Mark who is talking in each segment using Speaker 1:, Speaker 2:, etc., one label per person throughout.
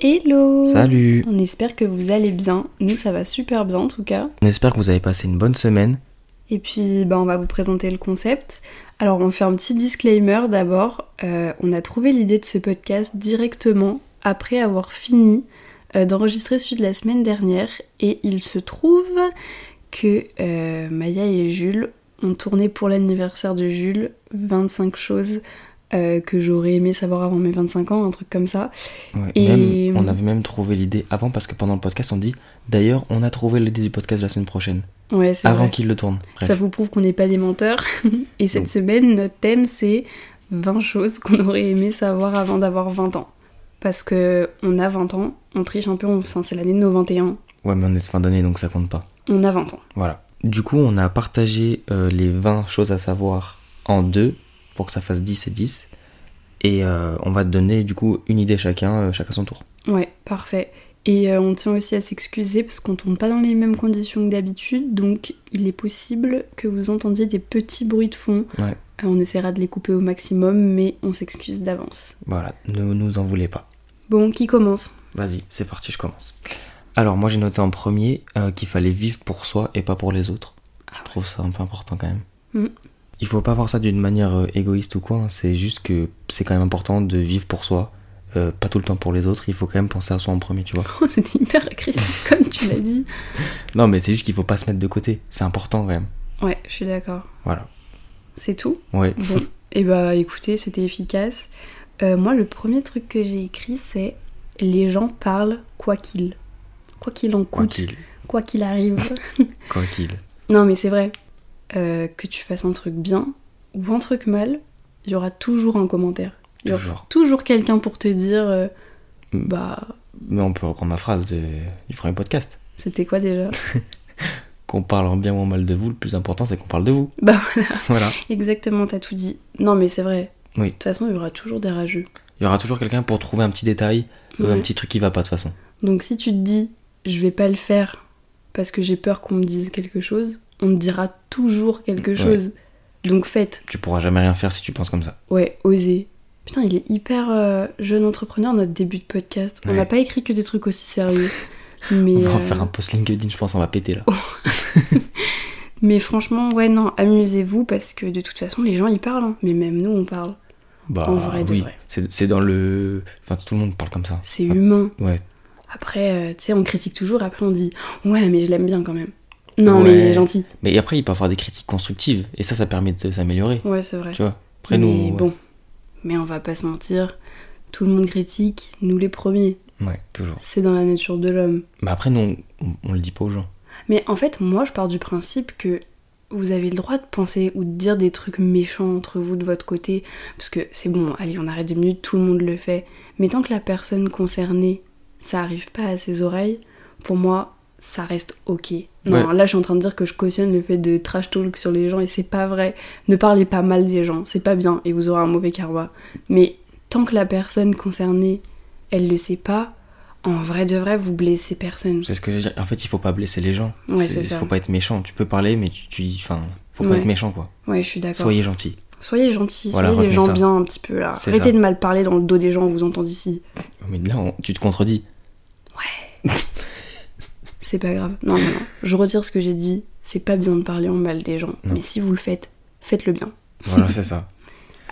Speaker 1: Hello
Speaker 2: Salut
Speaker 1: On espère que vous allez bien. Nous, ça va super bien en tout cas.
Speaker 2: On espère que vous avez passé une bonne semaine.
Speaker 1: Et puis, ben, on va vous présenter le concept. Alors, on fait un petit disclaimer d'abord. Euh, on a trouvé l'idée de ce podcast directement après avoir fini euh, d'enregistrer celui de la semaine dernière. Et il se trouve que euh, Maya et Jules ont tourné pour l'anniversaire de Jules 25 choses euh, que j'aurais aimé savoir avant mes 25 ans, un truc comme ça.
Speaker 2: Ouais,
Speaker 1: Et-
Speaker 2: même- on avait même trouvé l'idée avant parce que pendant le podcast on dit d'ailleurs on a trouvé l'idée du podcast la semaine prochaine
Speaker 1: Ouais, c'est
Speaker 2: avant
Speaker 1: vrai.
Speaker 2: qu'il le tourne. Bref.
Speaker 1: Ça vous prouve qu'on n'est pas des menteurs. Et cette
Speaker 2: Donc.
Speaker 1: semaine, notre thème, c'est 20 choses qu'on aurait aimé savoir avant d'avoir 20 ans. Parce que on a 20 ans, on triche un peu, on... enfin, c'est l'année de nos 21,
Speaker 2: Ouais mais on est fin d'année donc ça compte pas.
Speaker 1: on a 20 ans.
Speaker 2: Voilà. Du coup on a partagé euh, les 20 choses à savoir en deux pour que ça fasse 10 et 10 et euh, on va te donner du coup une idée chacun, euh, chacun son tour.
Speaker 1: Ouais, parfait. Et euh, on tient aussi à s'excuser parce qu'on tombe pas dans les mêmes conditions que d'habitude, donc il est possible que vous entendiez des petits bruits de fond.
Speaker 2: Ouais.
Speaker 1: Euh, on essaiera de les couper au maximum, mais on s'excuse d'avance.
Speaker 2: Voilà, ne nous en voulez pas.
Speaker 1: Bon, qui commence
Speaker 2: Vas-y, c'est parti, je commence. Alors moi j'ai noté en premier euh, qu'il fallait vivre pour soi et pas pour les autres. Je trouve ça un peu important quand même.
Speaker 1: Ah Mm.
Speaker 2: Il faut pas voir ça d'une manière euh, égoïste ou quoi, hein, c'est juste que c'est quand même important de vivre pour soi, euh, pas tout le temps pour les autres, il faut quand même penser à soi en premier, tu vois.
Speaker 1: Oh, c'était hyper agressif comme tu l'as dit.
Speaker 2: Non mais c'est juste qu'il faut pas se mettre de côté, c'est important quand même.
Speaker 1: Ouais, je suis d'accord.
Speaker 2: Voilà.
Speaker 1: C'est tout
Speaker 2: Ouais.
Speaker 1: Bon, et bah écoutez, c'était efficace. Euh, moi, le premier truc que j'ai écrit, c'est les gens parlent quoi qu'il. Quoi qu'il en
Speaker 2: Quoi
Speaker 1: coûte,
Speaker 2: qu'il.
Speaker 1: quoi qu'il arrive.
Speaker 2: Quoi qu'il.
Speaker 1: non, mais c'est vrai. Euh, que tu fasses un truc bien ou un truc mal, il y aura toujours un commentaire. Il y aura
Speaker 2: Toujours.
Speaker 1: toujours quelqu'un pour te dire euh,
Speaker 2: Mm.
Speaker 1: Bah,
Speaker 2: Mais on peut reprendre ma phrase de- du premier podcast.
Speaker 1: c'était quoi déjà
Speaker 2: Qu'on parle en bien ou en mal de vous, le plus important c'est qu'on parle de vous.
Speaker 1: Bah
Speaker 2: voilà.
Speaker 1: Exactement, t'as tout dit. Non, mais c'est vrai.
Speaker 2: Oui.
Speaker 1: De toute façon, il y aura toujours des rageux.
Speaker 2: Il y aura toujours quelqu'un pour trouver un petit détail, euh, un
Speaker 1: Ouais.
Speaker 2: petit truc qui va pas de toute façon.
Speaker 1: Donc si tu te dis je vais pas le faire parce que j'ai peur qu'on me dise quelque chose, on te dira toujours quelque chose. Donc faites,
Speaker 2: Tu pourras jamais rien faire si tu penses comme ça.
Speaker 1: ouais, osez. Putain, il est hyper euh, jeune entrepreneur notre début de podcast. On
Speaker 2: Ouais.
Speaker 1: n'a pas écrit que des trucs aussi sérieux. Mais,
Speaker 2: on va en
Speaker 1: euh,
Speaker 2: faire un post LinkedIn, je pense, on va péter là.
Speaker 1: mais franchement, ouais, non, amusez-vous parce que de toute façon, les gens ils parlent. hein. Mais même nous, on parle.
Speaker 2: Bah
Speaker 1: en vrai de
Speaker 2: oui,
Speaker 1: vrai.
Speaker 2: c'est c'est dans le... Enfin, tout le monde parle comme ça.
Speaker 1: C'est
Speaker 2: Ah.
Speaker 1: humain.
Speaker 2: Ouais,
Speaker 1: Après, euh, tu sais, on critique toujours. Après, on dit ouais, mais je l'aime bien quand même. Non, mais il
Speaker 2: Ouais.
Speaker 1: est gentil.
Speaker 2: mais après, il peut y avoir des critiques constructives, et ça, ça permet de s'améliorer,
Speaker 1: Ouais, c'est vrai.
Speaker 2: tu vois. Après,
Speaker 1: mais
Speaker 2: nous... ouais.
Speaker 1: bon, mais on va pas se mentir, tout le monde critique, nous les premiers.
Speaker 2: Ouais, toujours.
Speaker 1: C'est dans la nature de l'homme.
Speaker 2: Mais après, nous, on, on- on le dit pas aux gens.
Speaker 1: Mais en fait, moi, je pars du principe que vous avez le droit de penser ou de dire des trucs méchants entre vous de votre côté, parce que c'est bon, allez, on arrête deux minutes, tout le monde le fait. Mais tant que la personne concernée, ça arrive pas à ses oreilles, pour moi, ça reste ok. Non,
Speaker 2: Ouais.
Speaker 1: là, je suis en train de dire que je cautionne le fait de trash talk sur les gens et c'est pas vrai. Ne parlez pas mal des gens, c'est pas bien et vous aurez un mauvais karma. Mais tant que la personne concernée, elle le sait pas, en vrai de vrai, vous blessez personne.
Speaker 2: C'est ce que je veux dire. En fait, il faut pas blesser les gens.
Speaker 1: Ouais,
Speaker 2: C'est-
Speaker 1: c'est ça.
Speaker 2: faut pas être méchant. Tu peux parler, mais tu... tu enfin, faut pas
Speaker 1: Ouais.
Speaker 2: être méchant, quoi.
Speaker 1: Ouais, je suis d'accord.
Speaker 2: Soyez gentil.
Speaker 1: Soyez gentils,
Speaker 2: Voilà,
Speaker 1: soyez des gens
Speaker 2: retenez ça.
Speaker 1: bien un petit peu là.
Speaker 2: C'est
Speaker 1: Arrêtez
Speaker 2: ça.
Speaker 1: de mal parler dans le dos des gens, on vous entend d'ici.
Speaker 2: Mais là, on- tu te contredis.
Speaker 1: C'est pas grave. Non, non, non. Je retire ce que j'ai dit. C'est pas bien de parler en mal des gens.
Speaker 2: Non.
Speaker 1: Mais si vous le faites, faites-le bien.
Speaker 2: Voilà, c'est ça.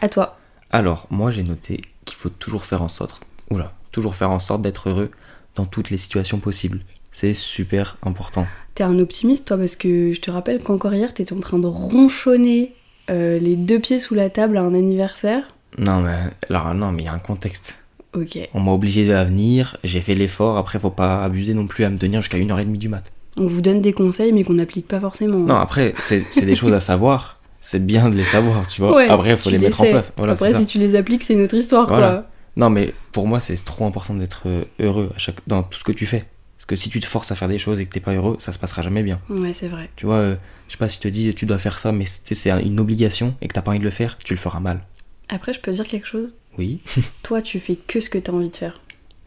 Speaker 1: À toi.
Speaker 2: Alors, moi j'ai noté qu'il faut toujours faire en sorte, oula, toujours faire en sorte d'être heureux dans toutes les situations possibles. C'est super important.
Speaker 1: T'es un optimiste, toi, parce que je te rappelle qu'encore hier, t'étais en train de ronchonner euh, les deux pieds sous la table à un anniversaire.
Speaker 2: Non mais là, non mais il y a un contexte.
Speaker 1: Ok.
Speaker 2: On m'a obligé de à venir, j'ai fait l'effort, après faut pas abuser non plus à me tenir jusqu'à 1h30 du mat.
Speaker 1: On vous donne des conseils, mais qu'on n'applique pas forcément.
Speaker 2: Non, après c'est c'est des choses à savoir, c'est bien de les savoir, tu vois.
Speaker 1: Ouais,
Speaker 2: après il faut
Speaker 1: tu
Speaker 2: les mettre en
Speaker 1: sais.
Speaker 2: place. Voilà, c'est
Speaker 1: Après,
Speaker 2: ça.
Speaker 1: si tu les appliques, c'est une autre histoire,
Speaker 2: Voilà. Non mais pour moi c'est trop important d'être euh, heureux à chaque... dans tout ce que tu fais. Parce que si tu te forces à faire des choses et que t'es pas heureux, ça se passera jamais bien.
Speaker 1: quoi. Ouais, c'est vrai.
Speaker 2: Tu vois, euh, je sais pas si je te dis tu dois faire ça, mais c'est c'est un- une obligation et que t'as pas envie de le faire, tu le feras mal.
Speaker 1: Après, je peux dire quelque chose.
Speaker 2: Oui.
Speaker 1: Toi, tu fais que ce que t'as envie de faire.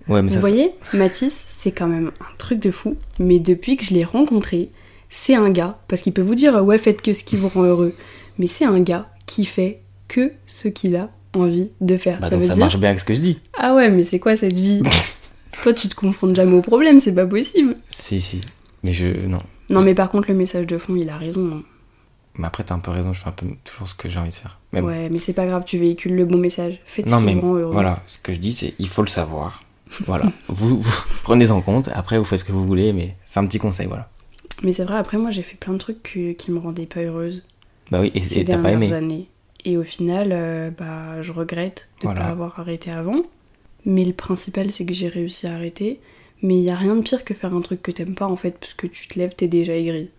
Speaker 2: Ouais, mais
Speaker 1: Vous
Speaker 2: ça.
Speaker 1: voyez, Mathis, c'est quand même un truc de fou. Mais depuis que je l'ai rencontré, c'est un gars, parce qu'il peut vous dire ouais, faites que ce qui vous rend heureux. Mais c'est un gars qui fait que ce qu'il a envie de faire.
Speaker 2: Bah,
Speaker 1: ça
Speaker 2: donc
Speaker 1: veut
Speaker 2: ça
Speaker 1: dire
Speaker 2: marche bien avec ce que je dis.
Speaker 1: ah ouais, mais c'est quoi cette vie Toi, tu te confrontes jamais au problème, c'est pas possible.
Speaker 2: Si, si. Mais je. Non.
Speaker 1: Non, mais par contre, le message de fond, il a raison. hein.
Speaker 2: Mais après, t'as un peu raison, je fais un peu toujours ce que j'ai envie de faire. Mais bon.
Speaker 1: Ouais, mais c'est pas grave, tu véhicules le bon message. Faites ce
Speaker 2: Non,
Speaker 1: qui
Speaker 2: mais
Speaker 1: vous rend heureux.
Speaker 2: voilà, ce que je dis, c'est il faut le savoir. Voilà, vous, vous prenez en compte, après vous faites ce que vous voulez, mais c'est un petit conseil, voilà.
Speaker 1: Mais c'est vrai, après, moi, j'ai fait plein de trucs que- qui me rendaient pas heureuse
Speaker 2: Bah oui, et-
Speaker 1: ces
Speaker 2: et t'as pas
Speaker 1: dernières
Speaker 2: aimé.
Speaker 1: années. Et au final, euh, bah, je regrette de ne
Speaker 2: Voilà.
Speaker 1: pas avoir arrêté avant. Mais le principal, c'est que j'ai réussi à arrêter. Mais il y a rien de pire que faire un truc que t'aimes pas, en fait, parce que tu te lèves, t'es déjà aigri.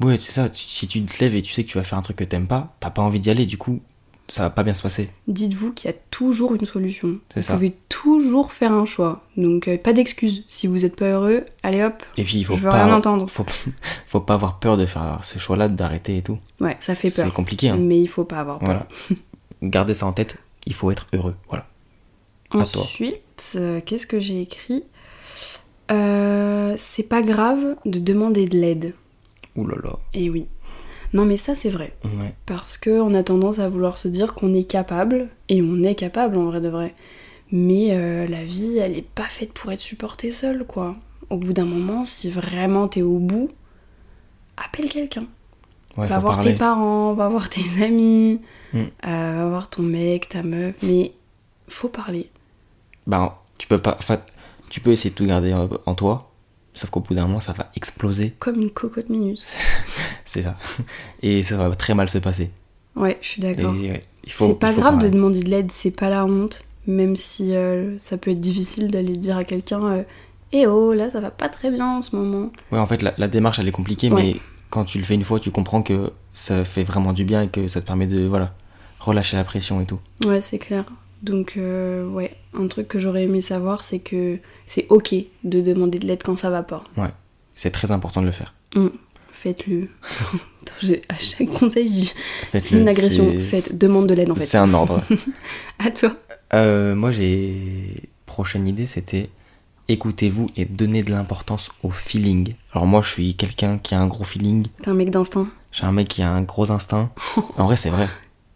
Speaker 2: Ouais, c'est ça, tu- si tu te lèves et tu sais que tu vas faire un truc que t'aimes pas, t'as pas envie d'y aller, du coup, ça va pas bien se passer.
Speaker 1: Dites-vous qu'il y a toujours une solution.
Speaker 2: C'est
Speaker 1: Vous
Speaker 2: ça.
Speaker 1: pouvez toujours faire un choix. Donc, euh, pas d'excuses. Si vous êtes pas heureux, allez hop,
Speaker 2: Et puis, il faut
Speaker 1: je veux
Speaker 2: pas.
Speaker 1: rien entendre.
Speaker 2: faut, faut pas avoir peur de faire ce choix-là, d'arrêter et tout.
Speaker 1: Ouais, ça fait
Speaker 2: C'est
Speaker 1: peur.
Speaker 2: compliqué, hein.
Speaker 1: Mais il faut pas avoir peur.
Speaker 2: Voilà. Gardez ça en tête, il faut être heureux, voilà. À toi.
Speaker 1: Ensuite, euh, qu'est-ce que j'ai écrit Euh, C'est pas grave de demander de l'aide.
Speaker 2: Ouh là là.
Speaker 1: Et Eh oui. Non mais ça c'est vrai.
Speaker 2: Ouais.
Speaker 1: Parce qu'on a tendance à vouloir se dire qu'on est capable. Et on est capable en vrai de vrai. Mais euh, la vie, elle est pas faite pour être supportée seule quoi. Au bout d'un moment, si vraiment t'es au bout, appelle quelqu'un.
Speaker 2: Ouais,
Speaker 1: va
Speaker 2: faut
Speaker 1: voir
Speaker 2: parler.
Speaker 1: tes parents, va voir tes amis,
Speaker 2: Mm.
Speaker 1: euh, va voir ton mec, ta meuf. Mais faut parler.
Speaker 2: Bah, tu peux pas. Enfin, tu peux essayer de tout garder en en toi, sauf qu'au bout d'un moment, ça va exploser.
Speaker 1: Comme une cocotte minute.
Speaker 2: C'est ça. Et ça va très mal se passer.
Speaker 1: Ouais, je suis
Speaker 2: Et,
Speaker 1: d'accord.
Speaker 2: ouais, il faut-
Speaker 1: C'est pas
Speaker 2: il faut
Speaker 1: grave de
Speaker 2: parler.
Speaker 1: demander de l'aide, c'est pas la honte, même si euh, ça peut être difficile d'aller dire à quelqu'un euh, Eh oh, là ça va pas très bien en ce moment.
Speaker 2: Ouais, en fait, la, la démarche, elle est compliquée, mais quand tu le fais une fois, tu comprends que ça fait vraiment du bien et que ça te permet de, voilà, relâcher la pression et tout.
Speaker 1: Ouais, c'est clair. Donc, euh, ouais, un truc que j'aurais aimé savoir, c'est que c'est ok de demander de l'aide quand ça va pas.
Speaker 2: C'est très important de le faire.
Speaker 1: Faites-le. Attends, j'ai- à chaque conseil, je dis,
Speaker 2: Faites-le.
Speaker 1: c'est une agression.
Speaker 2: C'est-
Speaker 1: Faites, demande de l'aide en fait.
Speaker 2: C'est un ordre.
Speaker 1: À toi.
Speaker 2: Euh, moi, j'ai. Prochaine idée, c'était écoutez-vous et donnez de l'importance au feeling. Alors, moi, je suis quelqu'un qui a un gros feeling.
Speaker 1: T'es un mec d'instinct.
Speaker 2: Je suis un mec qui a un gros instinct. En vrai, c'est vrai.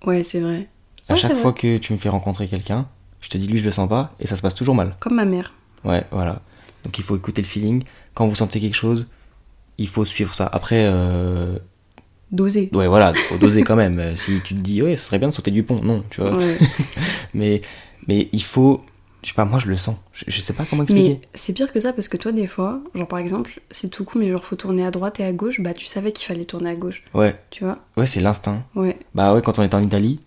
Speaker 1: Ouais, c'est vrai.
Speaker 2: À
Speaker 1: Ouais, c'est
Speaker 2: chaque
Speaker 1: vrai.
Speaker 2: fois que tu me fais rencontrer quelqu'un, je te dis lui, je le sens pas, et ça se passe toujours mal.
Speaker 1: Comme ma mère.
Speaker 2: Ouais, voilà. Donc il faut écouter le feeling. Quand vous sentez quelque chose, il faut suivre ça. Après, euh,
Speaker 1: Doser.
Speaker 2: ouais, voilà, faut doser quand même. Euh, Si tu te dis, ouais, ce serait bien de sauter du pont, non, tu vois.
Speaker 1: Ouais.
Speaker 2: Mais, mais il faut, je sais pas, moi je le sens. Je, je sais pas comment
Speaker 1: Mais
Speaker 2: expliquer.
Speaker 1: c'est pire que ça parce que toi, des fois, genre par exemple, c'est tout con, mais genre faut tourner à droite et à gauche, bah tu savais qu'il fallait tourner à gauche,
Speaker 2: Ouais,
Speaker 1: tu vois
Speaker 2: ouais, c'est l'instinct.
Speaker 1: Ouais.
Speaker 2: Bah ouais, quand on était en Italie,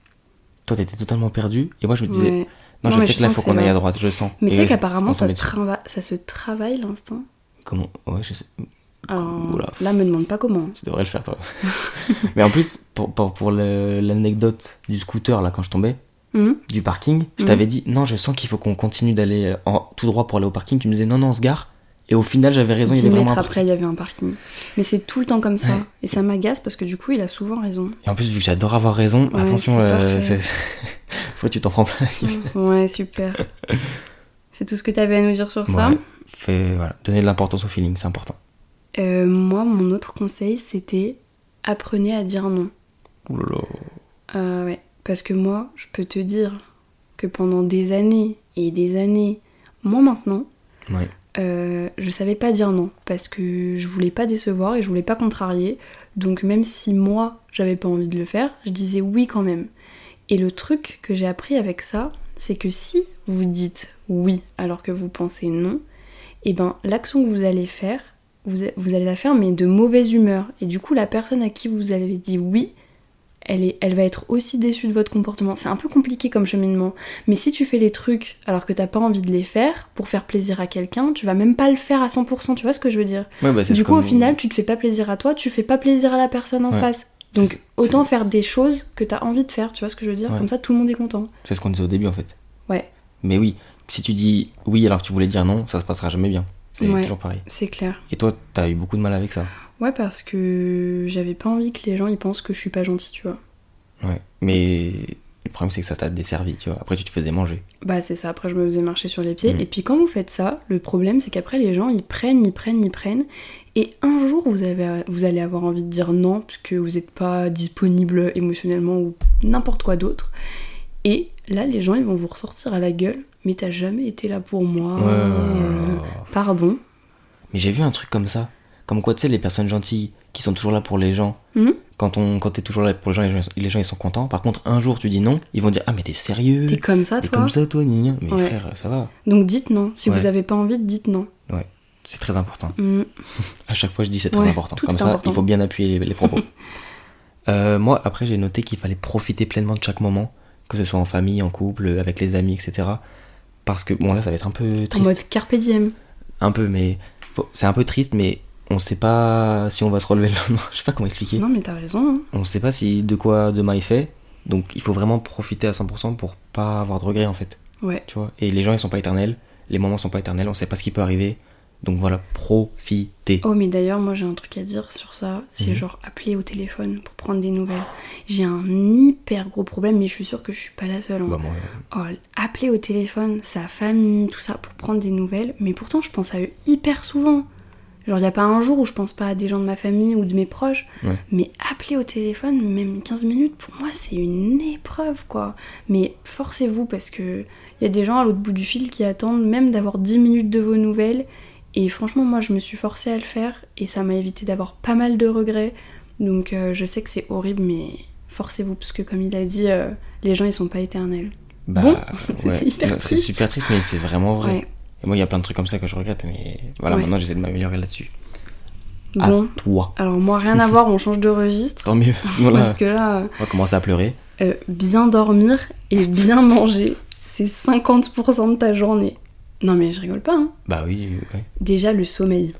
Speaker 2: toi t'étais totalement perdu, et moi je me disais,
Speaker 1: ouais.
Speaker 2: non,
Speaker 1: Non,
Speaker 2: je
Speaker 1: mais
Speaker 2: sais
Speaker 1: je
Speaker 2: que là
Speaker 1: sens
Speaker 2: faut
Speaker 1: que c'est
Speaker 2: qu'on aille à
Speaker 1: vrai.
Speaker 2: droite, je le sens.
Speaker 1: Mais tu
Speaker 2: Et
Speaker 1: sais
Speaker 2: là,
Speaker 1: qu'apparemment,
Speaker 2: on
Speaker 1: ça,
Speaker 2: tombait
Speaker 1: se
Speaker 2: dessus.
Speaker 1: trava- ça se travaille l'instinct.
Speaker 2: Comment Ouais, je sais.
Speaker 1: Alors
Speaker 2: Oula.
Speaker 1: là, me demande pas comment. hein.
Speaker 2: Tu devrais le faire toi. Mais en plus, pour, pour, pour le- l'anecdote du scooter là quand je tombais,
Speaker 1: Hum
Speaker 2: du parking, je
Speaker 1: Mhm.
Speaker 2: t'avais dit non, je sens qu'il faut qu'on continue d'aller euh, en, tout droit pour aller au parking. Tu me disais non, non, on se gare. Et au final, j'avais raison, il y
Speaker 1: 10
Speaker 2: avait vraiment
Speaker 1: mètres
Speaker 2: un
Speaker 1: après, il y avait un parking. Mais c'est tout le temps comme ça.
Speaker 2: Ouais.
Speaker 1: Et ça m'agace parce que du coup, il a souvent raison.
Speaker 2: parking. Et en plus, vu que j'adore avoir raison,
Speaker 1: Ouais,
Speaker 2: attention,
Speaker 1: c'est
Speaker 2: euh,
Speaker 1: parfait.
Speaker 2: c'est- faut que tu t'en prends plein. la gueule.
Speaker 1: ouais, super. C'est tout ce que t'avais à nous dire sur ça.
Speaker 2: Ouais, fais, voilà, donner de l'importance au feeling, c'est important.
Speaker 1: Euh, moi, mon autre conseil, c'était apprenez à dire non.
Speaker 2: Ouh là là.
Speaker 1: Euh, ouais, parce que moi, je peux te dire que pendant des années et des années, moi maintenant,
Speaker 2: Ouais.
Speaker 1: euh, je savais pas dire non parce que je voulais pas décevoir et je voulais pas contrarier. Donc même si moi, j'avais pas envie de le faire, je disais oui quand même. Et le truc que j'ai appris avec ça, c'est que si vous dites oui alors que vous pensez non, et ben l'action que vous allez faire, vous, vous allez la faire mais de mauvaise humeur. Et du coup, la personne à qui vous avez dit oui, elle, est, elle va être aussi déçue de votre comportement. C'est un peu compliqué comme cheminement. Mais si tu fais les trucs alors que t'as pas envie de les faire, pour faire plaisir à quelqu'un, tu vas même pas le faire à 100%, tu vois ce que je veux dire
Speaker 2: Ouais, bah, c'est
Speaker 1: Du
Speaker 2: ce
Speaker 1: coup, au
Speaker 2: qu'on-
Speaker 1: final, tu te fais pas plaisir à toi, tu fais pas plaisir à la personne en
Speaker 2: Ouais.
Speaker 1: face. Donc
Speaker 2: C'est-
Speaker 1: autant faire des choses que t'as envie de faire, tu vois ce que je veux dire
Speaker 2: Ouais.
Speaker 1: Comme ça, tout le monde est content.
Speaker 2: C'est ce qu'on disait au début en fait.
Speaker 1: Ouais.
Speaker 2: Mais oui, si tu dis oui alors que tu voulais dire non, ça se passera jamais bien. C'est
Speaker 1: Ouais.
Speaker 2: toujours pareil.
Speaker 1: C'est clair.
Speaker 2: Et toi, t'as eu beaucoup de mal avec ça.
Speaker 1: Ouais, parce que j'avais pas envie que les gens ils pensent que je suis pas gentille, tu vois.
Speaker 2: Ouais. Mais le problème, c'est que ça t'a desservi, tu vois. Après, tu te faisais manger.
Speaker 1: Bah c'est ça, après je me faisais marcher sur les pieds.
Speaker 2: Mm.
Speaker 1: Et puis quand vous faites ça, le problème c'est qu'après les gens ils prennent, ils prennent, ils prennent. Et un jour vous, avez, vous allez avoir envie de dire non puisque vous n'êtes pas disponible émotionnellement ou n'importe quoi d'autre. Et là les gens ils vont vous ressortir à la gueule mais t'as jamais été là pour moi.
Speaker 2: Ouais, ouais, ouais,
Speaker 1: euh,
Speaker 2: ouais, ouais.
Speaker 1: Pardon.
Speaker 2: Mais j'ai vu un truc comme ça. Comme quoi, tu sais, les personnes gentilles qui sont toujours là pour les gens.
Speaker 1: Mhm.
Speaker 2: Quand, on, quand t'es toujours là pour les gens, les gens, les gens, ils sont contents. Par contre, un jour, tu dis non, ils vont dire Ah, mais t'es sérieux
Speaker 1: T'es comme ça,
Speaker 2: T'es
Speaker 1: toi
Speaker 2: comme ça, toi, gna gna. Mais
Speaker 1: Ouais.
Speaker 2: frère, ça va.
Speaker 1: Donc dites non. Si vous
Speaker 2: Ouais.
Speaker 1: avez pas envie, dites non.
Speaker 2: C'est très important.
Speaker 1: Mm.
Speaker 2: À chaque fois, je dis c'est très
Speaker 1: Ouais,
Speaker 2: important.
Speaker 1: tout
Speaker 2: Comme
Speaker 1: est
Speaker 2: ça,
Speaker 1: important.
Speaker 2: il faut bien appuyer les, les propos. Euh, moi, après, j'ai noté qu'il fallait profiter pleinement de chaque moment, que ce soit en famille, en couple, avec les amis, etc. Parce que, bon, là, ça va être un peu
Speaker 1: En
Speaker 2: triste.
Speaker 1: mode carpe diem.
Speaker 2: Un peu, mais. faut- C'est un peu triste, mais on sait pas si on va se relever le lendemain. Je sais pas comment expliquer.
Speaker 1: Non, mais t'as raison. hein.
Speaker 2: On sait pas si de quoi demain est fait. Donc, il faut vraiment profiter à 100% pour pas avoir de regrets, en fait.
Speaker 1: Ouais.
Speaker 2: Tu vois Et les gens, ils sont pas éternels. Les moments sont pas éternels. On sait pas ce qui peut arriver. Donc, voilà, profiter.
Speaker 1: Oh, mais d'ailleurs, moi j'ai un truc à dire sur ça. C'est
Speaker 2: Mhm.
Speaker 1: genre appeler au téléphone pour prendre des nouvelles. J'ai un hyper gros problème, mais je suis sûre que je suis pas la seule. hein.
Speaker 2: Bah, moi,
Speaker 1: Oh, appeler au téléphone sa famille, tout ça, pour prendre des nouvelles. Mais pourtant, je pense à eux hyper souvent. Genre, il a pas un jour où je pense pas à des gens de ma famille ou de mes proches.
Speaker 2: Ouais.
Speaker 1: Mais appeler au téléphone, même 15 minutes, pour moi, c'est une épreuve, quoi. Mais forcez-vous, parce que il y a des gens à l'autre bout du fil qui attendent même d'avoir 10 minutes de vos nouvelles. Et franchement, moi, je me suis forcée à le faire. Et ça m'a évité d'avoir pas mal de regrets. Donc, euh, je sais que c'est horrible, mais forcez-vous, parce que comme il a dit, euh, les gens, ils sont pas éternels.
Speaker 2: Bah,
Speaker 1: Bon,
Speaker 2: ouais.
Speaker 1: c'était hyper
Speaker 2: Non, C'est
Speaker 1: triste.
Speaker 2: super triste, mais c'est vraiment vrai.
Speaker 1: Ouais.
Speaker 2: Et moi, il y a plein de trucs comme ça que je regrette, mais voilà,
Speaker 1: Ouais.
Speaker 2: maintenant j'essaie de m'améliorer là-dessus.
Speaker 1: Bon,
Speaker 2: À toi.
Speaker 1: alors moi rien à voir, on change de registre.
Speaker 2: Tant mieux. Voilà.
Speaker 1: Parce que là,
Speaker 2: On va commencer à pleurer.
Speaker 1: euh, bien dormir et bien manger, c'est 50% de ta journée. Non mais je rigole pas. Hein.
Speaker 2: Bah oui, ouais.
Speaker 1: Déjà le sommeil.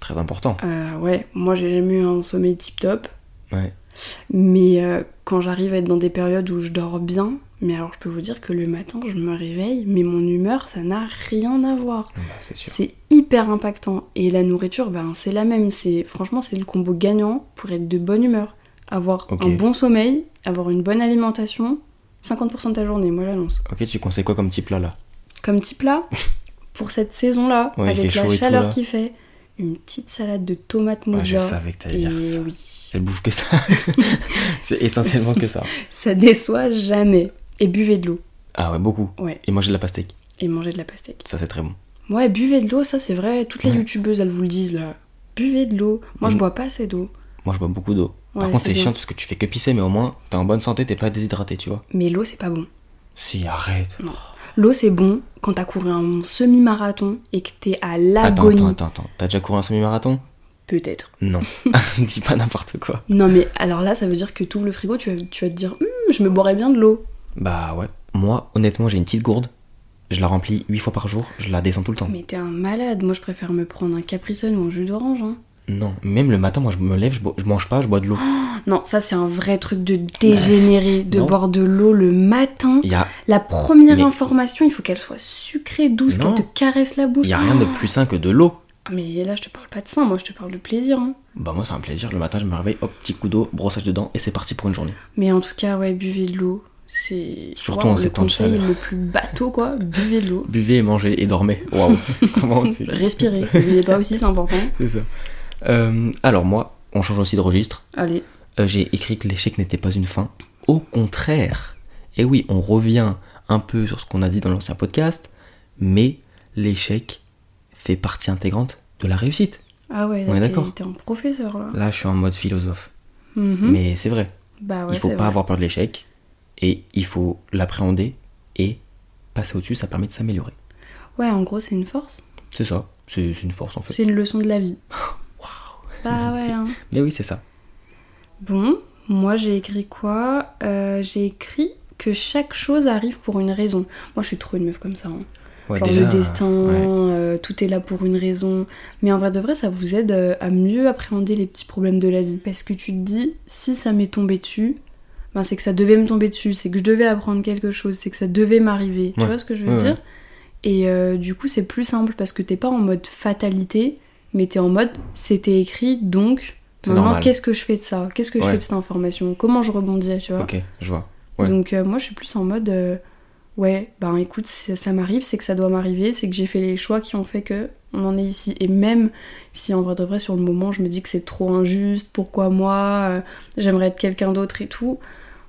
Speaker 2: très important.
Speaker 1: Euh, ouais, moi j'ai jamais eu un sommeil tip top.
Speaker 2: Ouais.
Speaker 1: Mais euh, quand j'arrive à être dans des périodes où je dors bien, mais alors je peux vous dire que le matin je me réveille, mais mon humeur ça n'a rien à voir.
Speaker 2: Bah, c'est sûr.
Speaker 1: C'est hyper impactant. Et la nourriture, ben, c'est la même. C'est Franchement, c'est le combo gagnant pour être de bonne humeur. Avoir
Speaker 2: Ok.
Speaker 1: un bon sommeil, avoir une bonne alimentation, 50% de ta journée, moi j'annonce.
Speaker 2: Ok, tu conseilles quoi comme type là là
Speaker 1: Comme petit plat, pour cette saison-là,
Speaker 2: Ouais, il
Speaker 1: avec
Speaker 2: fait
Speaker 1: la
Speaker 2: chaud et tout,
Speaker 1: chaleur
Speaker 2: là.
Speaker 1: qu'il fait, une petite salade de tomates
Speaker 2: Ouais, Ah, Je
Speaker 1: mozzarella.
Speaker 2: savais que t'allais
Speaker 1: et
Speaker 2: dire ça.
Speaker 1: oui,
Speaker 2: Elle bouffe que ça. c'est essentiellement que ça.
Speaker 1: ça déçoit jamais. Et buvez de l'eau.
Speaker 2: Ah ouais, beaucoup.
Speaker 1: Ouais,
Speaker 2: Et moi j'ai de la pastèque.
Speaker 1: et mangez de la pastèque.
Speaker 2: Ça, c'est très bon.
Speaker 1: Ouais, buvez de l'eau, ça c'est vrai. Toutes les
Speaker 2: Ouais.
Speaker 1: youtubeuses, elles vous le disent là. Buvez de l'eau. Moi, je
Speaker 2: Mm.
Speaker 1: bois pas assez d'eau.
Speaker 2: Moi, je bois beaucoup d'eau. Par
Speaker 1: Ouais,
Speaker 2: contre,
Speaker 1: c'est
Speaker 2: c'est
Speaker 1: bien.
Speaker 2: chiant parce que tu fais que pisser, mais au moins, t'es en bonne santé, t'es pas déshydraté, tu vois.
Speaker 1: Mais l'eau, c'est pas bon.
Speaker 2: Si, arrête.
Speaker 1: Non. L'eau, c'est bon quand t'as couru un semi-marathon et que t'es à
Speaker 2: Attends, attends,
Speaker 1: l'agonie.
Speaker 2: attends, attends. T'as déjà couru un semi-marathon
Speaker 1: Peut-être.
Speaker 2: Non. Dis pas n'importe quoi.
Speaker 1: Non, mais alors là, ça veut dire que t'ouvres le frigo, tu vas, tu vas te dire Hum, je me boirais bien de l'eau.
Speaker 2: Bah ouais. Moi, honnêtement, j'ai une petite gourde. Je la remplis 8 fois par jour. Je la descends tout le temps.
Speaker 1: Mais t'es un malade. Moi, je préfère me prendre un Capri Sun ou un jus d'orange. hein.
Speaker 2: Non, même le matin, moi, je me lève, je, bo- je mange pas, je bois de l'eau.
Speaker 1: Non, ça, c'est un vrai truc de dégénéré, de
Speaker 2: non.
Speaker 1: boire de l'eau le matin.
Speaker 2: Il y a,
Speaker 1: La première
Speaker 2: Mais-
Speaker 1: information, il faut qu'elle soit sucrée, douce, qu'elle
Speaker 2: Non.
Speaker 1: te caresse la bouche.
Speaker 2: il y a rien de plus sain que de l'eau.
Speaker 1: Ah, Mais là, je te parle pas de ça, moi, je te parle de plaisir. hein.
Speaker 2: Bah moi, c'est un plaisir. Le matin, je me réveille, hop, petit coup d'eau, brossage de dents, et c'est parti pour une journée.
Speaker 1: Mais en tout cas, ouais, buvez de l'eau. C'est
Speaker 2: Surtout
Speaker 1: Waouh,
Speaker 2: en
Speaker 1: le
Speaker 2: ces temps de
Speaker 1: conseil
Speaker 2: chaleur.
Speaker 1: le plus bateau, quoi. Buvez de l'eau.
Speaker 2: Buvez, mangez et dormez. Waouh. Vraiment, c'est
Speaker 1: Respirer, n'oubliez pas aussi, c'est important.
Speaker 2: c'est ça. Euh, alors moi, on change aussi de registre.
Speaker 1: Allez,
Speaker 2: Euh, j'ai écrit que l'échec n'était pas une fin. Au contraire. Et oui, on revient un peu sur ce qu'on a dit dans l'ancien podcast, mais l'échec fait partie intégrante de la réussite.
Speaker 1: ah ouais,
Speaker 2: On
Speaker 1: là,
Speaker 2: est
Speaker 1: t'es-
Speaker 2: d'accord.
Speaker 1: t'es en professeur là.
Speaker 2: Là, je suis en mode philosophe.
Speaker 1: Mhm.
Speaker 2: Mais c'est vrai,
Speaker 1: Bah ouais,
Speaker 2: il faut
Speaker 1: c'est
Speaker 2: pas
Speaker 1: vrai.
Speaker 2: avoir peur de l'échec et il faut l'appréhender et passer au-dessus, ça permet de s'améliorer.
Speaker 1: Ouais, en gros, c'est une force.
Speaker 2: C'est ça, c'est c'est une force en fait.
Speaker 1: C'est une leçon de la vie. Bah ouais. hein.
Speaker 2: Mais oui, c'est ça.
Speaker 1: Bon, moi j'ai écrit quoi Euh, J'ai écrit que chaque chose arrive pour une raison. Moi, je suis trop une meuf comme ça. hein.
Speaker 2: Ouais,
Speaker 1: Genre
Speaker 2: déjà,
Speaker 1: le destin,
Speaker 2: ouais.
Speaker 1: euh, tout est là pour une raison. Mais en vrai de vrai, ça vous aide euh, à mieux appréhender les petits problèmes de la vie. Parce que tu te dis, si ça m'est tombé dessus, ben c'est que ça devait me tomber dessus, c'est que je devais apprendre quelque chose, c'est que ça devait m'arriver. Tu
Speaker 2: Ouais.
Speaker 1: vois ce que je veux
Speaker 2: Ouais,
Speaker 1: dire Et euh, du coup, c'est plus simple parce que t'es pas en mode fatalité, mais t'es en mode c'était écrit donc.
Speaker 2: C'est
Speaker 1: Maintenant,
Speaker 2: normal.
Speaker 1: qu'est-ce que je fais de ça Qu'est-ce que je
Speaker 2: Ouais.
Speaker 1: fais de cette information Comment je rebondis, tu vois
Speaker 2: Ok, je vois. Ouais.
Speaker 1: donc euh, moi je suis plus en mode euh, ouais ben écoute ça, ça m'arrive c'est que ça doit m'arriver c'est que j'ai fait les choix qui ont fait que on en est ici et même si en vrai de vrai sur le moment je me dis que c'est trop injuste pourquoi moi euh, j'aimerais être quelqu'un d'autre et tout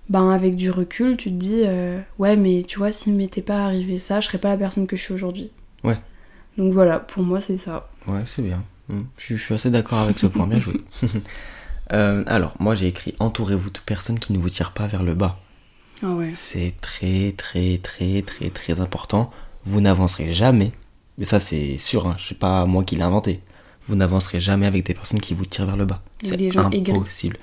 Speaker 1: ben avec du recul, tu te dis euh, ouais, mais tu vois, s'il m'était pas arrivé ça, je serais pas la personne que je suis aujourd'hui.
Speaker 2: Ouais.
Speaker 1: Donc voilà, pour moi, c'est ça.
Speaker 2: Ouais, c'est bien. Mm. Je, suis- je suis assez d'accord avec ce point. Bien joué. Euh, alors, moi j'ai écrit entourez-vous de personnes qui ne vous tirent pas vers le bas.
Speaker 1: Ah ouais.
Speaker 2: C'est très très très très très important. Vous n'avancerez jamais, mais ça c'est sûr, hein, c'est pas moi qui l'ai inventé. Vous n'avancerez jamais avec des personnes qui vous tirent vers le bas.
Speaker 1: Ou
Speaker 2: C'est
Speaker 1: des gens aigris.
Speaker 2: impossible.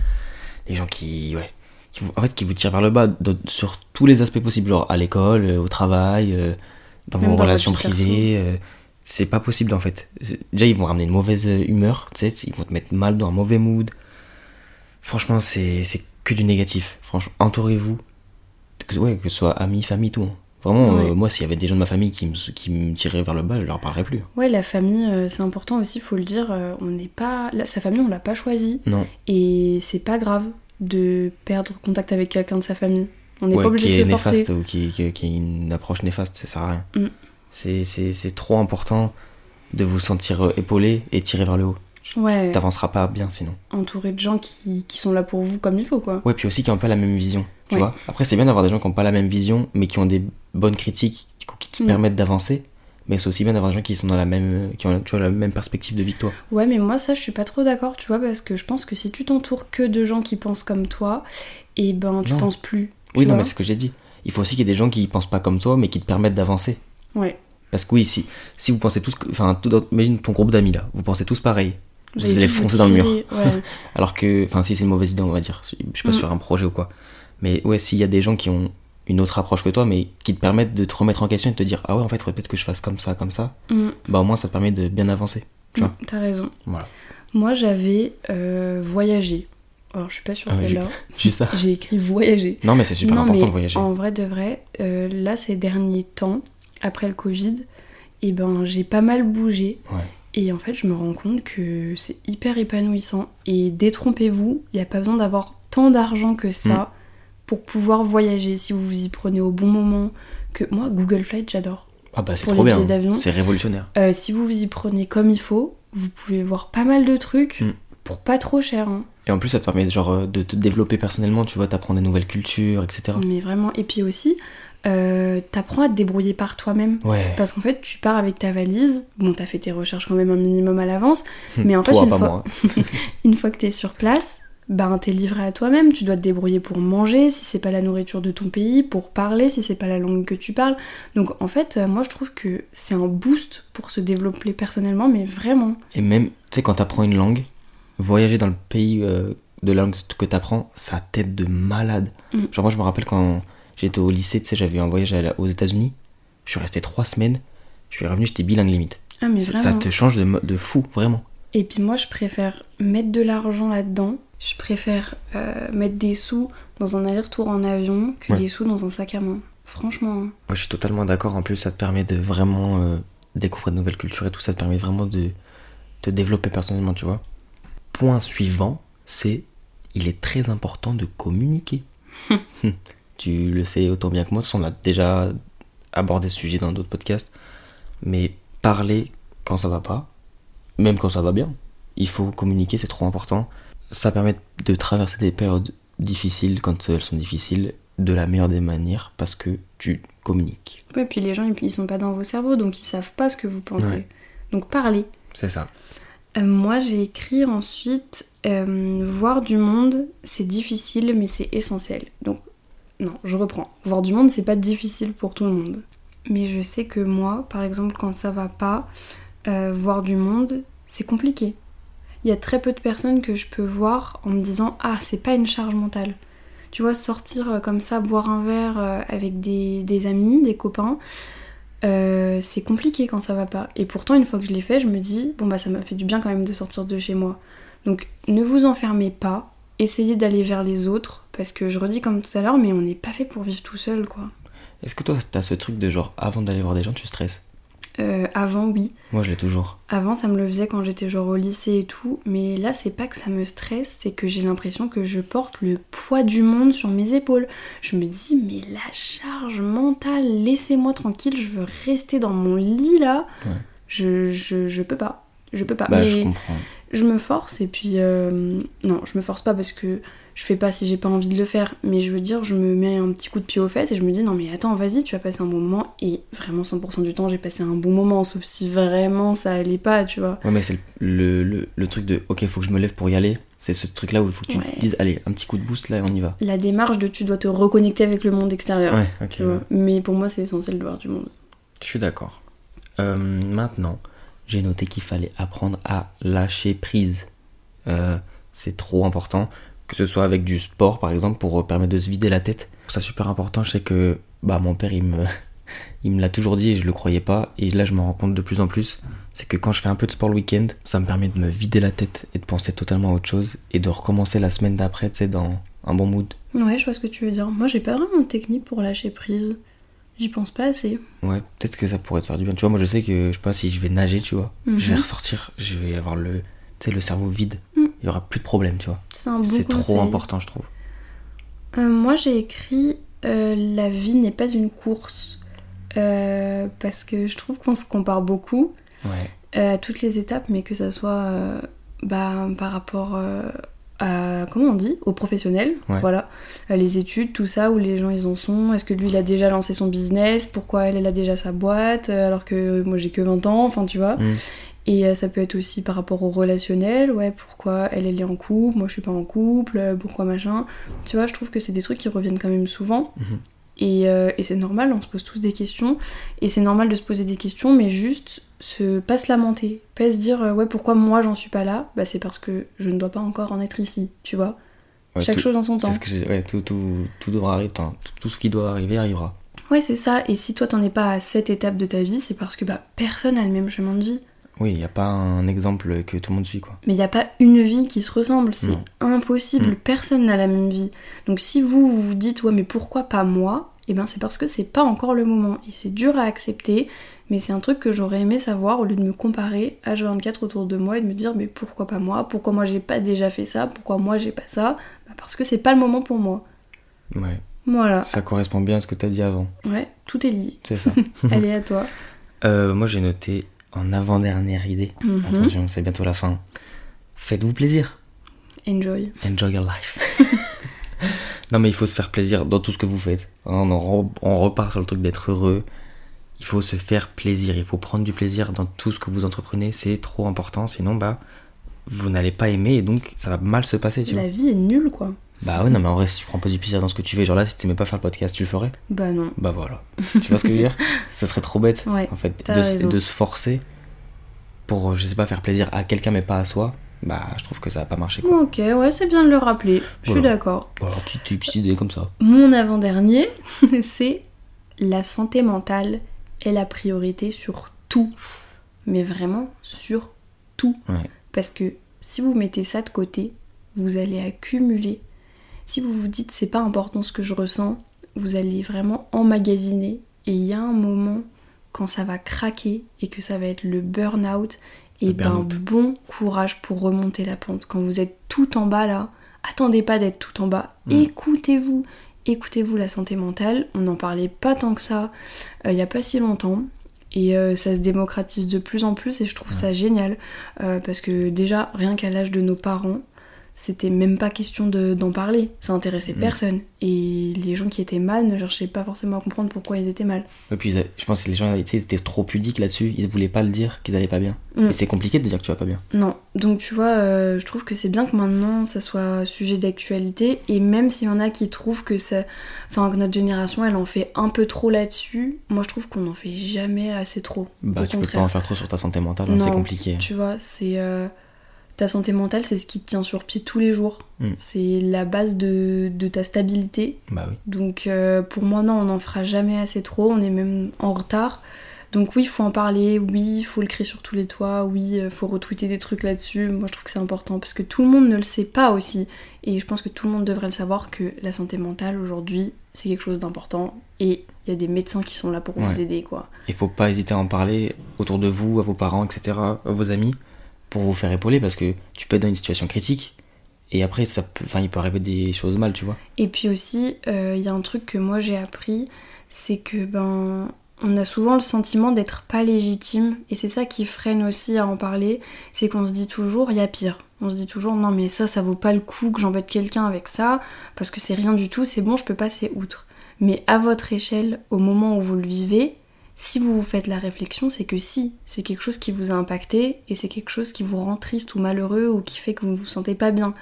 Speaker 2: Les gens qui, ouais, qui vous, en fait, qui vous tirent vers le bas de- sur tous les aspects possibles, genre à l'école, euh, au travail, euh, dans
Speaker 1: Même
Speaker 2: vos
Speaker 1: dans votre
Speaker 2: relations
Speaker 1: vie perso.
Speaker 2: privées. euh, c'est pas possible en fait. C'est- Déjà ils vont ramener une mauvaise euh, humeur, tu sais, ils vont te mettre mal dans un mauvais mood. Franchement, c'est c'est que du négatif. Franchement, entourez-vous que, ouais, que ce soit amis, famille, tout. hein. Vraiment, euh,
Speaker 1: Ouais.
Speaker 2: moi, s'il y avait des gens de ma famille qui me, qui me tiraient vers le bas, je leur parlerais plus.
Speaker 1: Ouais, la famille, euh, c'est important aussi, faut le dire. euh, on n'est pas. la- sa famille, on l'a pas choisie.
Speaker 2: Non.
Speaker 1: Et c'est pas grave de perdre contact avec quelqu'un de sa famille. On n'est
Speaker 2: Ouais,
Speaker 1: pas obligé
Speaker 2: qui
Speaker 1: de
Speaker 2: est
Speaker 1: se forcer.
Speaker 2: néfaste ou qui, qui, qui a une approche néfaste, ça sert à rien.
Speaker 1: Mm.
Speaker 2: C'est- C'est c'est trop important de vous sentir euh, épaulé et tiré vers le haut.
Speaker 1: Ouais,
Speaker 2: T'avanceras pas bien sinon.
Speaker 1: entouré de gens qui, qui sont là pour vous comme il faut, quoi.
Speaker 2: Ouais, puis aussi qui ont pas la même vision. Tu
Speaker 1: Ouais.
Speaker 2: vois Après, c'est bien d'avoir des gens qui ont pas la même vision, mais qui ont des bonnes critiques, du coup, qui te
Speaker 1: Mm.
Speaker 2: permettent d'avancer. Mais c'est aussi bien d'avoir des gens qui sont dans la même, qui ont, tu vois, la même perspective de vie que toi.
Speaker 1: Ouais, mais moi, ça, je suis pas trop d'accord, tu vois, parce que je pense que si tu t'entoures que de gens qui pensent comme toi, et ben, tu
Speaker 2: Non.
Speaker 1: penses plus. tu
Speaker 2: Oui, non,
Speaker 1: vois.
Speaker 2: mais c'est ce que j'ai dit. Il faut aussi qu'il y ait des gens qui pensent pas comme toi, mais qui te permettent d'avancer.
Speaker 1: Ouais,
Speaker 2: Parce que oui, si, si vous pensez tous, que- enfin, tout dans- imagine ton groupe d'amis là, vous pensez tous pareil. Vous
Speaker 1: avez
Speaker 2: allez
Speaker 1: tous vous
Speaker 2: foncer dans le mur.
Speaker 1: tirer, ouais.
Speaker 2: Alors que, enfin, si c'est une mauvaise idée, on va dire. Je suis pas
Speaker 1: Mm.
Speaker 2: sur un projet ou quoi. Mais ouais, s'il y a des gens qui ont une autre approche que toi, mais qui te permettent de te remettre en question et de te dire, ah ouais, en fait, faudrait peut-être que je fasse comme ça, comme ça,
Speaker 1: Mm,
Speaker 2: bah au moins ça te permet de bien avancer. Tu vois
Speaker 1: mm, T'as raison.
Speaker 2: Voilà.
Speaker 1: Moi, j'avais euh, voyagé. Alors, je suis pas sûre de
Speaker 2: Ah oui,
Speaker 1: celle-là.
Speaker 2: Juste ça.
Speaker 1: J'ai écrit voyager.
Speaker 2: Non, mais c'est super
Speaker 1: Non,
Speaker 2: important
Speaker 1: mais
Speaker 2: de voyager.
Speaker 1: En vrai de vrai, euh, là, ces derniers temps, après le Covid, et ben, j'ai pas mal bougé.
Speaker 2: Ouais.
Speaker 1: Et en fait, je me rends compte que c'est hyper épanouissant. Et détrompez-vous, il n'y a pas besoin d'avoir tant d'argent que
Speaker 2: Mm.
Speaker 1: ça pour pouvoir voyager si vous vous y prenez au bon moment. Que moi, Google Flight, j'adore.
Speaker 2: Ah bah c'est
Speaker 1: Pour
Speaker 2: trop
Speaker 1: les
Speaker 2: bien.
Speaker 1: billets d'avion.
Speaker 2: C'est révolutionnaire.
Speaker 1: Euh, si vous vous y prenez comme il faut, vous pouvez voir pas mal de trucs
Speaker 2: Mm.
Speaker 1: pour pas trop cher. hein.
Speaker 2: Et en plus, ça te permet genre euh, de te développer personnellement, tu vois, t'apprends des nouvelles cultures, etc.
Speaker 1: Mais vraiment. Et puis aussi, euh, t'apprends à te débrouiller par toi-même.
Speaker 2: Ouais.
Speaker 1: Parce qu'en fait, tu pars avec ta valise. Bon, t'as fait tes recherches quand même un minimum à l'avance. Mais en fait,
Speaker 2: Hum, Toi,
Speaker 1: une
Speaker 2: pas
Speaker 1: fois-
Speaker 2: moi. hein.
Speaker 1: Une fois que t'es sur place, ben t'es livré à toi-même, tu dois te débrouiller pour manger si c'est pas la nourriture de ton pays, pour parler si c'est pas la langue que tu parles. Donc en fait, euh, moi je trouve que c'est un boost pour se développer personnellement, mais vraiment.
Speaker 2: Et même, tu sais, quand t'apprends une langue, voyager dans le pays euh, de la langue que t'apprends, ça t'aide de malade.
Speaker 1: Mm.
Speaker 2: Genre, moi, je me rappelle quand j'étais au lycée, tu sais, j'avais eu un voyage à la- aux États-Unis. Je suis resté trois semaines. Je suis revenu, j'étais bilingue limite.
Speaker 1: Ah mais
Speaker 2: Ça-
Speaker 1: vraiment.
Speaker 2: Ça te change de, mo- de fou, vraiment.
Speaker 1: Et puis moi je préfère mettre de l'argent là-dedans, je préfère euh, mettre des sous dans un aller-retour en avion que
Speaker 2: Ouais.
Speaker 1: des sous dans un sac à main. Franchement. hein.
Speaker 2: Moi, je suis totalement d'accord. En plus, ça te permet de vraiment euh, découvrir de nouvelles cultures et tout. Ça te permet vraiment de te développer personnellement, tu vois. Point suivant, c'est il est très important de communiquer. tu le sais autant bien que moi. de toute façon, On a déjà abordé ce sujet dans d'autres podcasts. Mais parler quand ça va pas, même quand ça va bien, il faut communiquer, c'est trop important. Ça permet de traverser des périodes difficiles quand elles sont difficiles de la meilleure des manières parce que tu communiques.
Speaker 1: Ouais, puis les gens ils- ils sont pas dans vos cerveaux, donc ils savent pas ce que vous pensez.
Speaker 2: Ouais.
Speaker 1: Donc parlez.
Speaker 2: C'est ça.
Speaker 1: Euh, Moi, j'ai écrit ensuite euh, Voir du monde, c'est difficile, mais c'est essentiel. Donc, non, je reprends. Voir du monde, c'est pas difficile pour tout le monde. Mais je sais que moi, par exemple, quand ça va pas, euh, voir du monde, c'est compliqué. Il y a très peu de personnes que je peux voir en me disant Ah, c'est pas une charge mentale. Tu vois, sortir euh, comme ça, boire un verre euh, avec des, des amis, des copains, euh, c'est compliqué quand ça va pas. Et pourtant, une fois que je l'ai fait, je me dis, bon bah ça m'a fait du bien quand même de sortir de chez moi. Donc ne vous enfermez pas, essayez d'aller vers les autres, parce que je redis comme tout à l'heure, mais on n'est pas fait pour vivre tout seul quoi.
Speaker 2: Est-ce que toi, t'as ce truc de genre, avant d'aller voir des gens, tu stresses
Speaker 1: Euh, avant, oui.
Speaker 2: Moi, je l'ai toujours.
Speaker 1: Avant, ça me le faisait quand j'étais genre au lycée et tout, mais là, c'est pas que ça me stresse, c'est que j'ai l'impression que je porte le poids du monde sur mes épaules. Je me dis, mais la charge mentale, laissez-moi tranquille, je veux rester dans mon lit là.
Speaker 2: Ouais.
Speaker 1: Je, je, je peux pas. Je peux pas.
Speaker 2: Bah,
Speaker 1: Ah, mais
Speaker 2: je comprends.
Speaker 1: je me force et puis euh, non je me force pas parce que je fais pas si j'ai pas envie de le faire, mais je veux dire, je me mets un petit coup de pied aux fesses et je me dis non mais attends, vas-y, tu as passé un bon moment et vraiment 100% du temps j'ai passé un bon moment, sauf si vraiment ça allait pas, tu vois.
Speaker 2: Ouais, mais c'est le, le, le- le truc de ok, faut que je me lève pour y aller. C'est ce truc là où il faut que tu
Speaker 1: Ouais.
Speaker 2: te dises allez, un petit coup de boost là et on y va.
Speaker 1: La démarche de tu dois te reconnecter avec le monde extérieur,
Speaker 2: Ouais, ok.
Speaker 1: tu vois. Mais pour moi c'est essentiel de voir du monde.
Speaker 2: Je suis d'accord. Euh, maintenant, j'ai noté qu'il fallait apprendre à lâcher prise. Euh, c'est trop important, que ce soit avec du sport par exemple, pour euh, permettre de se vider la tête. C'est super important, je sais que bah, mon père, il me, il me l'a toujours dit et je le croyais pas. Et là, je m'en rends compte de plus en plus. C'est que quand je fais un peu de sport le week-end, ça me permet de me vider la tête et de penser totalement à autre chose et de recommencer la semaine d'après, tu sais, dans un bon mood.
Speaker 1: Ouais, je vois ce que tu veux dire. Moi j'ai pas vraiment de technique pour lâcher prise. J'y pense pas assez.
Speaker 2: Ouais, peut-être que ça pourrait te faire du bien. Tu vois, moi je sais que je sais pas si je vais nager, tu vois. Je vais
Speaker 1: Mhm.
Speaker 2: ressortir, je vais avoir le, tu sais, le cerveau vide.
Speaker 1: Mm.
Speaker 2: Il y aura plus de problème, tu vois.
Speaker 1: C'est un bon
Speaker 2: c'est trop
Speaker 1: conseil.
Speaker 2: important, je trouve.
Speaker 1: Euh, moi j'ai écrit euh, La vie n'est pas une course Euh, parce que je trouve qu'on se compare beaucoup
Speaker 2: Ouais.
Speaker 1: euh, à toutes les étapes, mais que ça soit euh, bah, par rapport euh, à comment on dit aux professionnels,
Speaker 2: Ouais.
Speaker 1: voilà, Euh, les études, tout ça, où les gens ils en sont. Est-ce que lui il a déjà lancé son business Pourquoi elle elle a déjà sa boîte euh, alors que moi j'ai que 20 ans Enfin tu vois.
Speaker 2: Mm.
Speaker 1: Et euh, ça peut être aussi par rapport au relationnel, ouais, pourquoi elle, elle est en couple, moi je suis pas en couple, euh, pourquoi machin. Tu vois, je trouve que c'est des trucs qui reviennent quand même souvent.
Speaker 2: Mhm.
Speaker 1: Et, euh, et c'est normal, on se pose tous des questions. Et c'est normal de se poser des questions, mais juste se, pas se lamenter. Pas se dire, euh, ouais, pourquoi moi j'en suis pas là Bah c'est parce que je ne dois pas encore en être ici, tu vois.
Speaker 2: Ouais,
Speaker 1: Chaque
Speaker 2: tout-
Speaker 1: chose en son temps.
Speaker 2: C'est ce que j'ai- ouais, tout, tout, tout devra arriver. enfin, Tout, tout ce qui doit arriver arrivera.
Speaker 1: Ouais, c'est ça. Et si toi t'en es pas à cette étape de ta vie, c'est parce que bah, personne a le même chemin de vie.
Speaker 2: Oui, il n'y a pas un exemple que tout le monde suit, quoi.
Speaker 1: Mais il n'y a pas une vie qui se ressemble, c'est
Speaker 2: Non.
Speaker 1: impossible,
Speaker 2: Mm.
Speaker 1: personne n'a la même vie. Donc si vous vous vous dites ouais mais pourquoi pas moi Eh bien c'est parce que c'est pas encore le moment et c'est dur à accepter, mais c'est un truc que j'aurais aimé savoir au lieu de me comparer H24 autour de moi et de me dire mais pourquoi pas moi Pourquoi moi j'ai pas déjà fait ça Pourquoi moi j'ai pas ça Bah, Parce que c'est pas le moment pour moi.
Speaker 2: Ouais.
Speaker 1: Voilà,
Speaker 2: Ça correspond bien à ce que tu as dit avant.
Speaker 1: ouais, tout est lié.
Speaker 2: C'est ça.
Speaker 1: Allez à toi.
Speaker 2: Euh, moi, j'ai noté en avant-dernière idée.
Speaker 1: Mhm.
Speaker 2: Attention, c'est bientôt la fin. Faites-vous plaisir.
Speaker 1: Enjoy.
Speaker 2: Enjoy your life. non, mais il faut se faire plaisir dans tout ce que vous faites. Hein, On, en re- on repart sur le truc d'être heureux. Il faut se faire plaisir. Il faut prendre du plaisir dans tout ce que vous entreprenez. C'est trop important. Sinon, bah, vous n'allez pas aimer et donc ça va mal se passer, tu vois.
Speaker 1: La vie est nulle quoi.
Speaker 2: Bah ouais, non, mais en vrai, si tu prends pas du plaisir dans ce que tu fais, genre là, si t'aimais pas faire le podcast, tu le ferais.
Speaker 1: Bah non.
Speaker 2: Bah voilà. tu vois ce que je veux dire Ce serait trop bête,
Speaker 1: Ouais,
Speaker 2: en fait,
Speaker 1: t'as
Speaker 2: de, se-
Speaker 1: raison.
Speaker 2: de se forcer pour, je sais pas, faire plaisir à quelqu'un mais pas à soi. Bah, je trouve que ça va pas marcher, quoi.
Speaker 1: Ok, ouais, c'est bien de le rappeler. Je suis
Speaker 2: Ah. Voilà.
Speaker 1: d'accord.
Speaker 2: Voilà, petite, petite idée comme ça.
Speaker 1: Mon avant-dernier, c'est la santé mentale est la priorité sur tout. Mais vraiment sur tout.
Speaker 2: Ouais.
Speaker 1: Parce que si vous mettez ça de côté, vous allez accumuler. Si vous vous dites c'est pas important ce que je ressens, vous allez vraiment emmagasiner. Et il y a un moment quand ça va craquer et que ça va être le burn-out. Et
Speaker 2: Le
Speaker 1: ben
Speaker 2: burn-out.
Speaker 1: bon courage pour remonter la pente. Quand vous êtes tout en bas là, attendez pas d'être tout en bas.
Speaker 2: Mm.
Speaker 1: Écoutez-vous. Écoutez-vous la santé mentale. On n'en parlait pas tant que ça euh, il n'y a pas si longtemps. Et euh, ça se démocratise de plus en plus et je trouve
Speaker 2: Ouais.
Speaker 1: ça génial. euh, parce que déjà, rien qu'à l'âge de nos parents, c'était même pas question de- d'en parler. Ça intéressait
Speaker 2: Mm.
Speaker 1: personne. Et les gens qui étaient mal ne cherchaient pas forcément à comprendre pourquoi ils étaient mal.
Speaker 2: Et puis ils a- je pense que les gens tu sais, ils étaient trop pudiques là-dessus, ils voulaient pas le dire qu'ils allaient pas bien.
Speaker 1: Mm.
Speaker 2: Et c'est compliqué de dire que tu vas pas bien.
Speaker 1: Non, donc tu vois, euh, je trouve que c'est bien que maintenant ça soit sujet d'actualité et même s'il y en a qui trouvent que ça, enfin que notre génération elle en fait un peu trop là-dessus, moi je trouve qu'on en fait jamais assez trop.
Speaker 2: Bah
Speaker 1: Au
Speaker 2: tu peux
Speaker 1: contraire.
Speaker 2: pas en faire trop sur ta santé mentale, hein,
Speaker 1: Non.
Speaker 2: c'est compliqué.
Speaker 1: Tu vois, c'est euh, ta santé mentale, c'est ce qui te tient sur pied tous les jours.
Speaker 2: Mm.
Speaker 1: C'est la base de, de ta stabilité
Speaker 2: Bah oui.
Speaker 1: donc euh, pour moi, non, on n'en fera jamais assez trop, on est même en retard. Donc oui, il faut en parler, oui, il faut le créer sur tous les toits, oui, il faut retweeter des trucs là-dessus. Moi, je trouve que c'est important parce que tout le monde ne le sait pas aussi. Et je pense que tout le monde devrait le savoir que la santé mentale, aujourd'hui, c'est quelque chose d'important. Et il y a des médecins qui sont là pour vous
Speaker 2: Ouais.
Speaker 1: aider, quoi.
Speaker 2: Il faut pas hésiter à en parler autour de vous, à vos parents, etc., à vos amis, pour vous faire épauler parce que tu peux être dans une situation critique et après ça peut... enfin, il peut arriver des choses mal, tu vois.
Speaker 1: Et puis aussi, euh, il y a un truc que moi j'ai appris, c'est que ben on a souvent le sentiment d'être pas légitime et c'est ça qui freine aussi à en parler, c'est qu'on se dit toujours il y a pire. On se dit toujours non mais ça ça vaut pas le coup que j'embête quelqu'un avec ça parce que c'est rien du tout, c'est bon, je peux passer outre. Mais à votre échelle, au moment où vous le vivez, si vous vous faites la réflexion, c'est que si, c'est quelque chose qui vous a impacté et c'est quelque chose qui vous rend triste ou malheureux ou qui fait que vous ne vous sentez pas bien.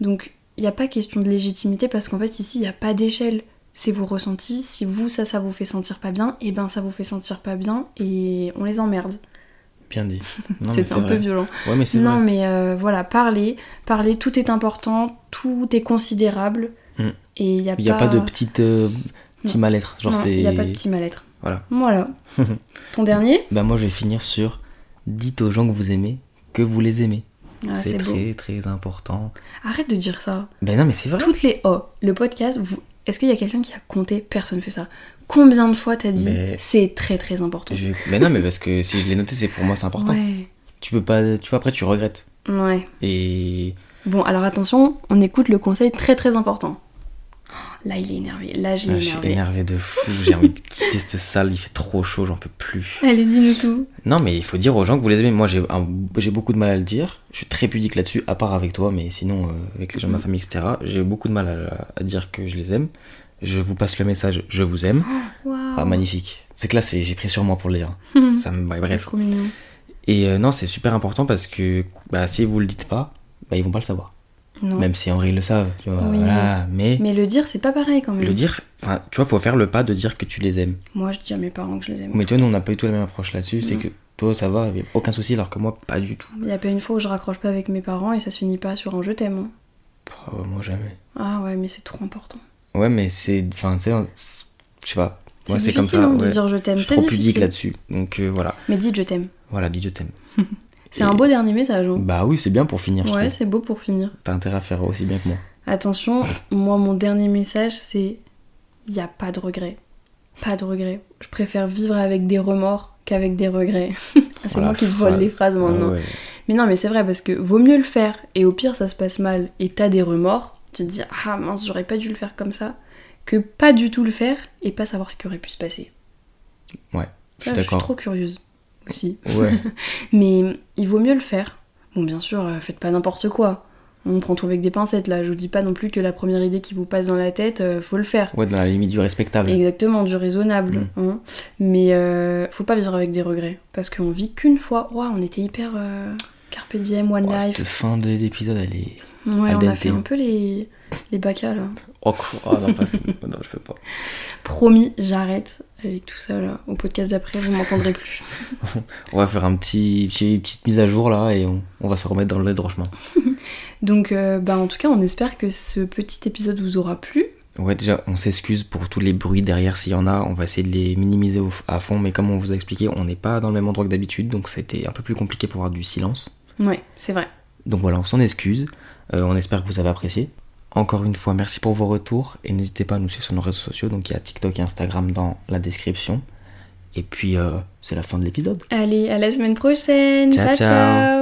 Speaker 1: Donc il n'y a pas question de légitimité parce qu'en fait ici il n'y a pas d'échelle. C'est vos ressentis, si vous ça ça vous fait sentir pas bien, et ben ça vous fait sentir pas bien et on les emmerde.
Speaker 2: Bien dit. Non, mais
Speaker 1: C'est un peu
Speaker 2: vrai.
Speaker 1: violent.
Speaker 2: Ouais, mais c'est
Speaker 1: Non,
Speaker 2: vrai.
Speaker 1: mais euh, voilà, parler, parler, tout est important, tout est considérable.
Speaker 2: Mm.
Speaker 1: Et il n'y a,
Speaker 2: Il n'y a pas de petite, euh, petit
Speaker 1: Non.
Speaker 2: mal-être. Genre,
Speaker 1: non,
Speaker 2: c'est.
Speaker 1: y a pas de petit mal-être.
Speaker 2: Voilà.
Speaker 1: Voilà. Ton dernier
Speaker 2: Bah, moi, je vais finir sur dites aux gens que vous aimez que vous les aimez.
Speaker 1: Ah,
Speaker 2: c'est
Speaker 1: C'est beau.
Speaker 2: très, très important.
Speaker 1: Arrête de dire ça.
Speaker 2: Ben non, mais c'est vrai.
Speaker 1: Toutes les oh, le podcast, vous... est-ce qu'il y a quelqu'un qui a compté Personne fait ça. Combien de fois t'as dit
Speaker 2: Mais-
Speaker 1: c'est très très important
Speaker 2: Je- Mais non, mais parce que si je l'ai noté, c'est pour moi, c'est important.
Speaker 1: Ouais.
Speaker 2: Tu peux pas. Tu vois, après, tu regrettes.
Speaker 1: Ouais.
Speaker 2: Et.
Speaker 1: Bon, alors attention, on écoute le conseil très très important. Oh, Là, il est énervé. Là, je
Speaker 2: Ah,
Speaker 1: l'ai
Speaker 2: je suis
Speaker 1: énervé.
Speaker 2: énervé de fou. J'ai envie de quitter cette salle. Il fait trop chaud, j'en peux plus.
Speaker 1: Allez, dis-nous tout.
Speaker 2: Non, mais il faut dire aux gens que vous les aimez. Moi, j'ai un- j'ai beaucoup de mal à le dire. Je suis très pudique là-dessus, à part avec toi, mais sinon, euh, avec les gens de ma
Speaker 1: Mm.
Speaker 2: famille, etc. J'ai beaucoup de mal à, à dire que je les aime. Je vous passe le message, je vous aime.
Speaker 1: Waouh.
Speaker 2: Ah, magnifique. C'est que là, c'est- j'ai pris sur moi pour le dire.
Speaker 1: Hmm.
Speaker 2: Ça me... ouais,
Speaker 1: C'est
Speaker 2: bref.
Speaker 1: trop mignon.
Speaker 2: Et euh, non, c'est super important parce que bah, si vous le dites pas, bah, ils vont pas le savoir.
Speaker 1: Non.
Speaker 2: Même si Henri le savent, tu vois.
Speaker 1: Oui.
Speaker 2: voilà. Mais,
Speaker 1: Mais le dire, c'est pas pareil quand même.
Speaker 2: le dire, enfin, tu vois, faut faire le pas de dire que tu les aimes.
Speaker 1: Moi, je dis à mes parents que je les aime.
Speaker 2: Mais toi, nous, on n'a pas du tout la même approche là-dessus. C'est
Speaker 1: Non.
Speaker 2: que toi, ça va, y a aucun souci, alors que moi, pas du tout.
Speaker 1: Il y a pas une fois où je raccroche pas avec mes parents et ça se finit pas sur un je t'aime. hein.
Speaker 2: Pff, Bah, ouais, moi, jamais.
Speaker 1: Ah ouais, mais c'est trop important.
Speaker 2: Ouais, mais c'est. Enfin, tu sais, on- c'est- je sais pas.
Speaker 1: C'est
Speaker 2: Moi, c'est
Speaker 1: difficile
Speaker 2: comme ça.
Speaker 1: hein, de
Speaker 2: ouais.
Speaker 1: dire je t'aime.
Speaker 2: Je suis
Speaker 1: c'est
Speaker 2: trop pudique
Speaker 1: difficile.
Speaker 2: là-dessus. Donc euh, voilà.
Speaker 1: Mais dites je t'aime.
Speaker 2: Voilà, dis je t'aime.
Speaker 1: C'est
Speaker 2: Et-
Speaker 1: un beau dernier message. hein.
Speaker 2: Bah oui, c'est bien pour finir, je
Speaker 1: ouais,
Speaker 2: trouve.
Speaker 1: c'est beau pour finir.
Speaker 2: T'as intérêt à faire aussi bien que moi.
Speaker 1: Attention, moi, mon dernier message, c'est il y a pas de regret. Pas de regret. Je préfère vivre avec des remords qu'avec des regrets. c'est
Speaker 2: Voilà,
Speaker 1: moi qui te vole les phrases maintenant.
Speaker 2: Oh Ah Ouais, ouais.
Speaker 1: Mais non, mais c'est vrai, parce que vaut mieux le faire, et au pire, ça se passe mal, et t'as des remords, tu te dis Ah mince, j'aurais pas dû le faire comme ça, que pas du tout le faire, et pas savoir ce qui aurait pu se passer.
Speaker 2: Je suis
Speaker 1: Là,
Speaker 2: d'accord.
Speaker 1: trop curieuse aussi.
Speaker 2: Ouais.
Speaker 1: Mais il vaut mieux le faire. Bon, bien sûr, euh, faites pas n'importe quoi. On prend tout avec des pincettes là, je vous dis pas non plus que la première idée qui vous passe dans la tête, euh, faut le faire.
Speaker 2: ouais, dans la limite du respectable.
Speaker 1: Exactement, du raisonnable.
Speaker 2: Mm.
Speaker 1: hein. Mais euh, faut pas vivre avec des regrets, parce qu'on vit qu'une fois. Ouah, on était hyper euh, carpe diem, one
Speaker 2: Oh,
Speaker 1: life.
Speaker 2: cette fin de l'épisode, elle est.
Speaker 1: Ouais,
Speaker 2: Al
Speaker 1: on a
Speaker 2: dente. hein.
Speaker 1: fait un peu les, les bacas là.
Speaker 2: Oh, cou- oh, non, pas... non, je peux pas.
Speaker 1: Promis, j'arrête avec tout ça là. Au podcast d'après, vous m'entendrez plus.
Speaker 2: On va faire un petit, petit- petite mise à jour là et on, on va se remettre dans le droit chemin.
Speaker 1: Donc, euh, bah, en tout cas, on espère que ce petit épisode vous aura plu.
Speaker 2: Ouais, déjà, on s'excuse pour tous les bruits derrière s'il y en a. On va essayer de les minimiser au- à fond, mais comme on vous a expliqué, on n'est pas dans le même endroit que d'habitude, donc c'était un peu plus compliqué pour avoir du silence.
Speaker 1: Ouais, c'est vrai.
Speaker 2: Donc voilà, on s'en excuse. Euh, on espère que vous avez apprécié. Encore une fois, merci pour vos retours et n'hésitez pas à nous suivre sur nos réseaux sociaux. Donc il y a TikTok et Instagram dans la description. Et puis, euh, c'est la fin de l'épisode.
Speaker 1: Allez, à la semaine prochaine.
Speaker 2: Ciao,
Speaker 1: ciao.
Speaker 2: ciao.
Speaker 1: ciao.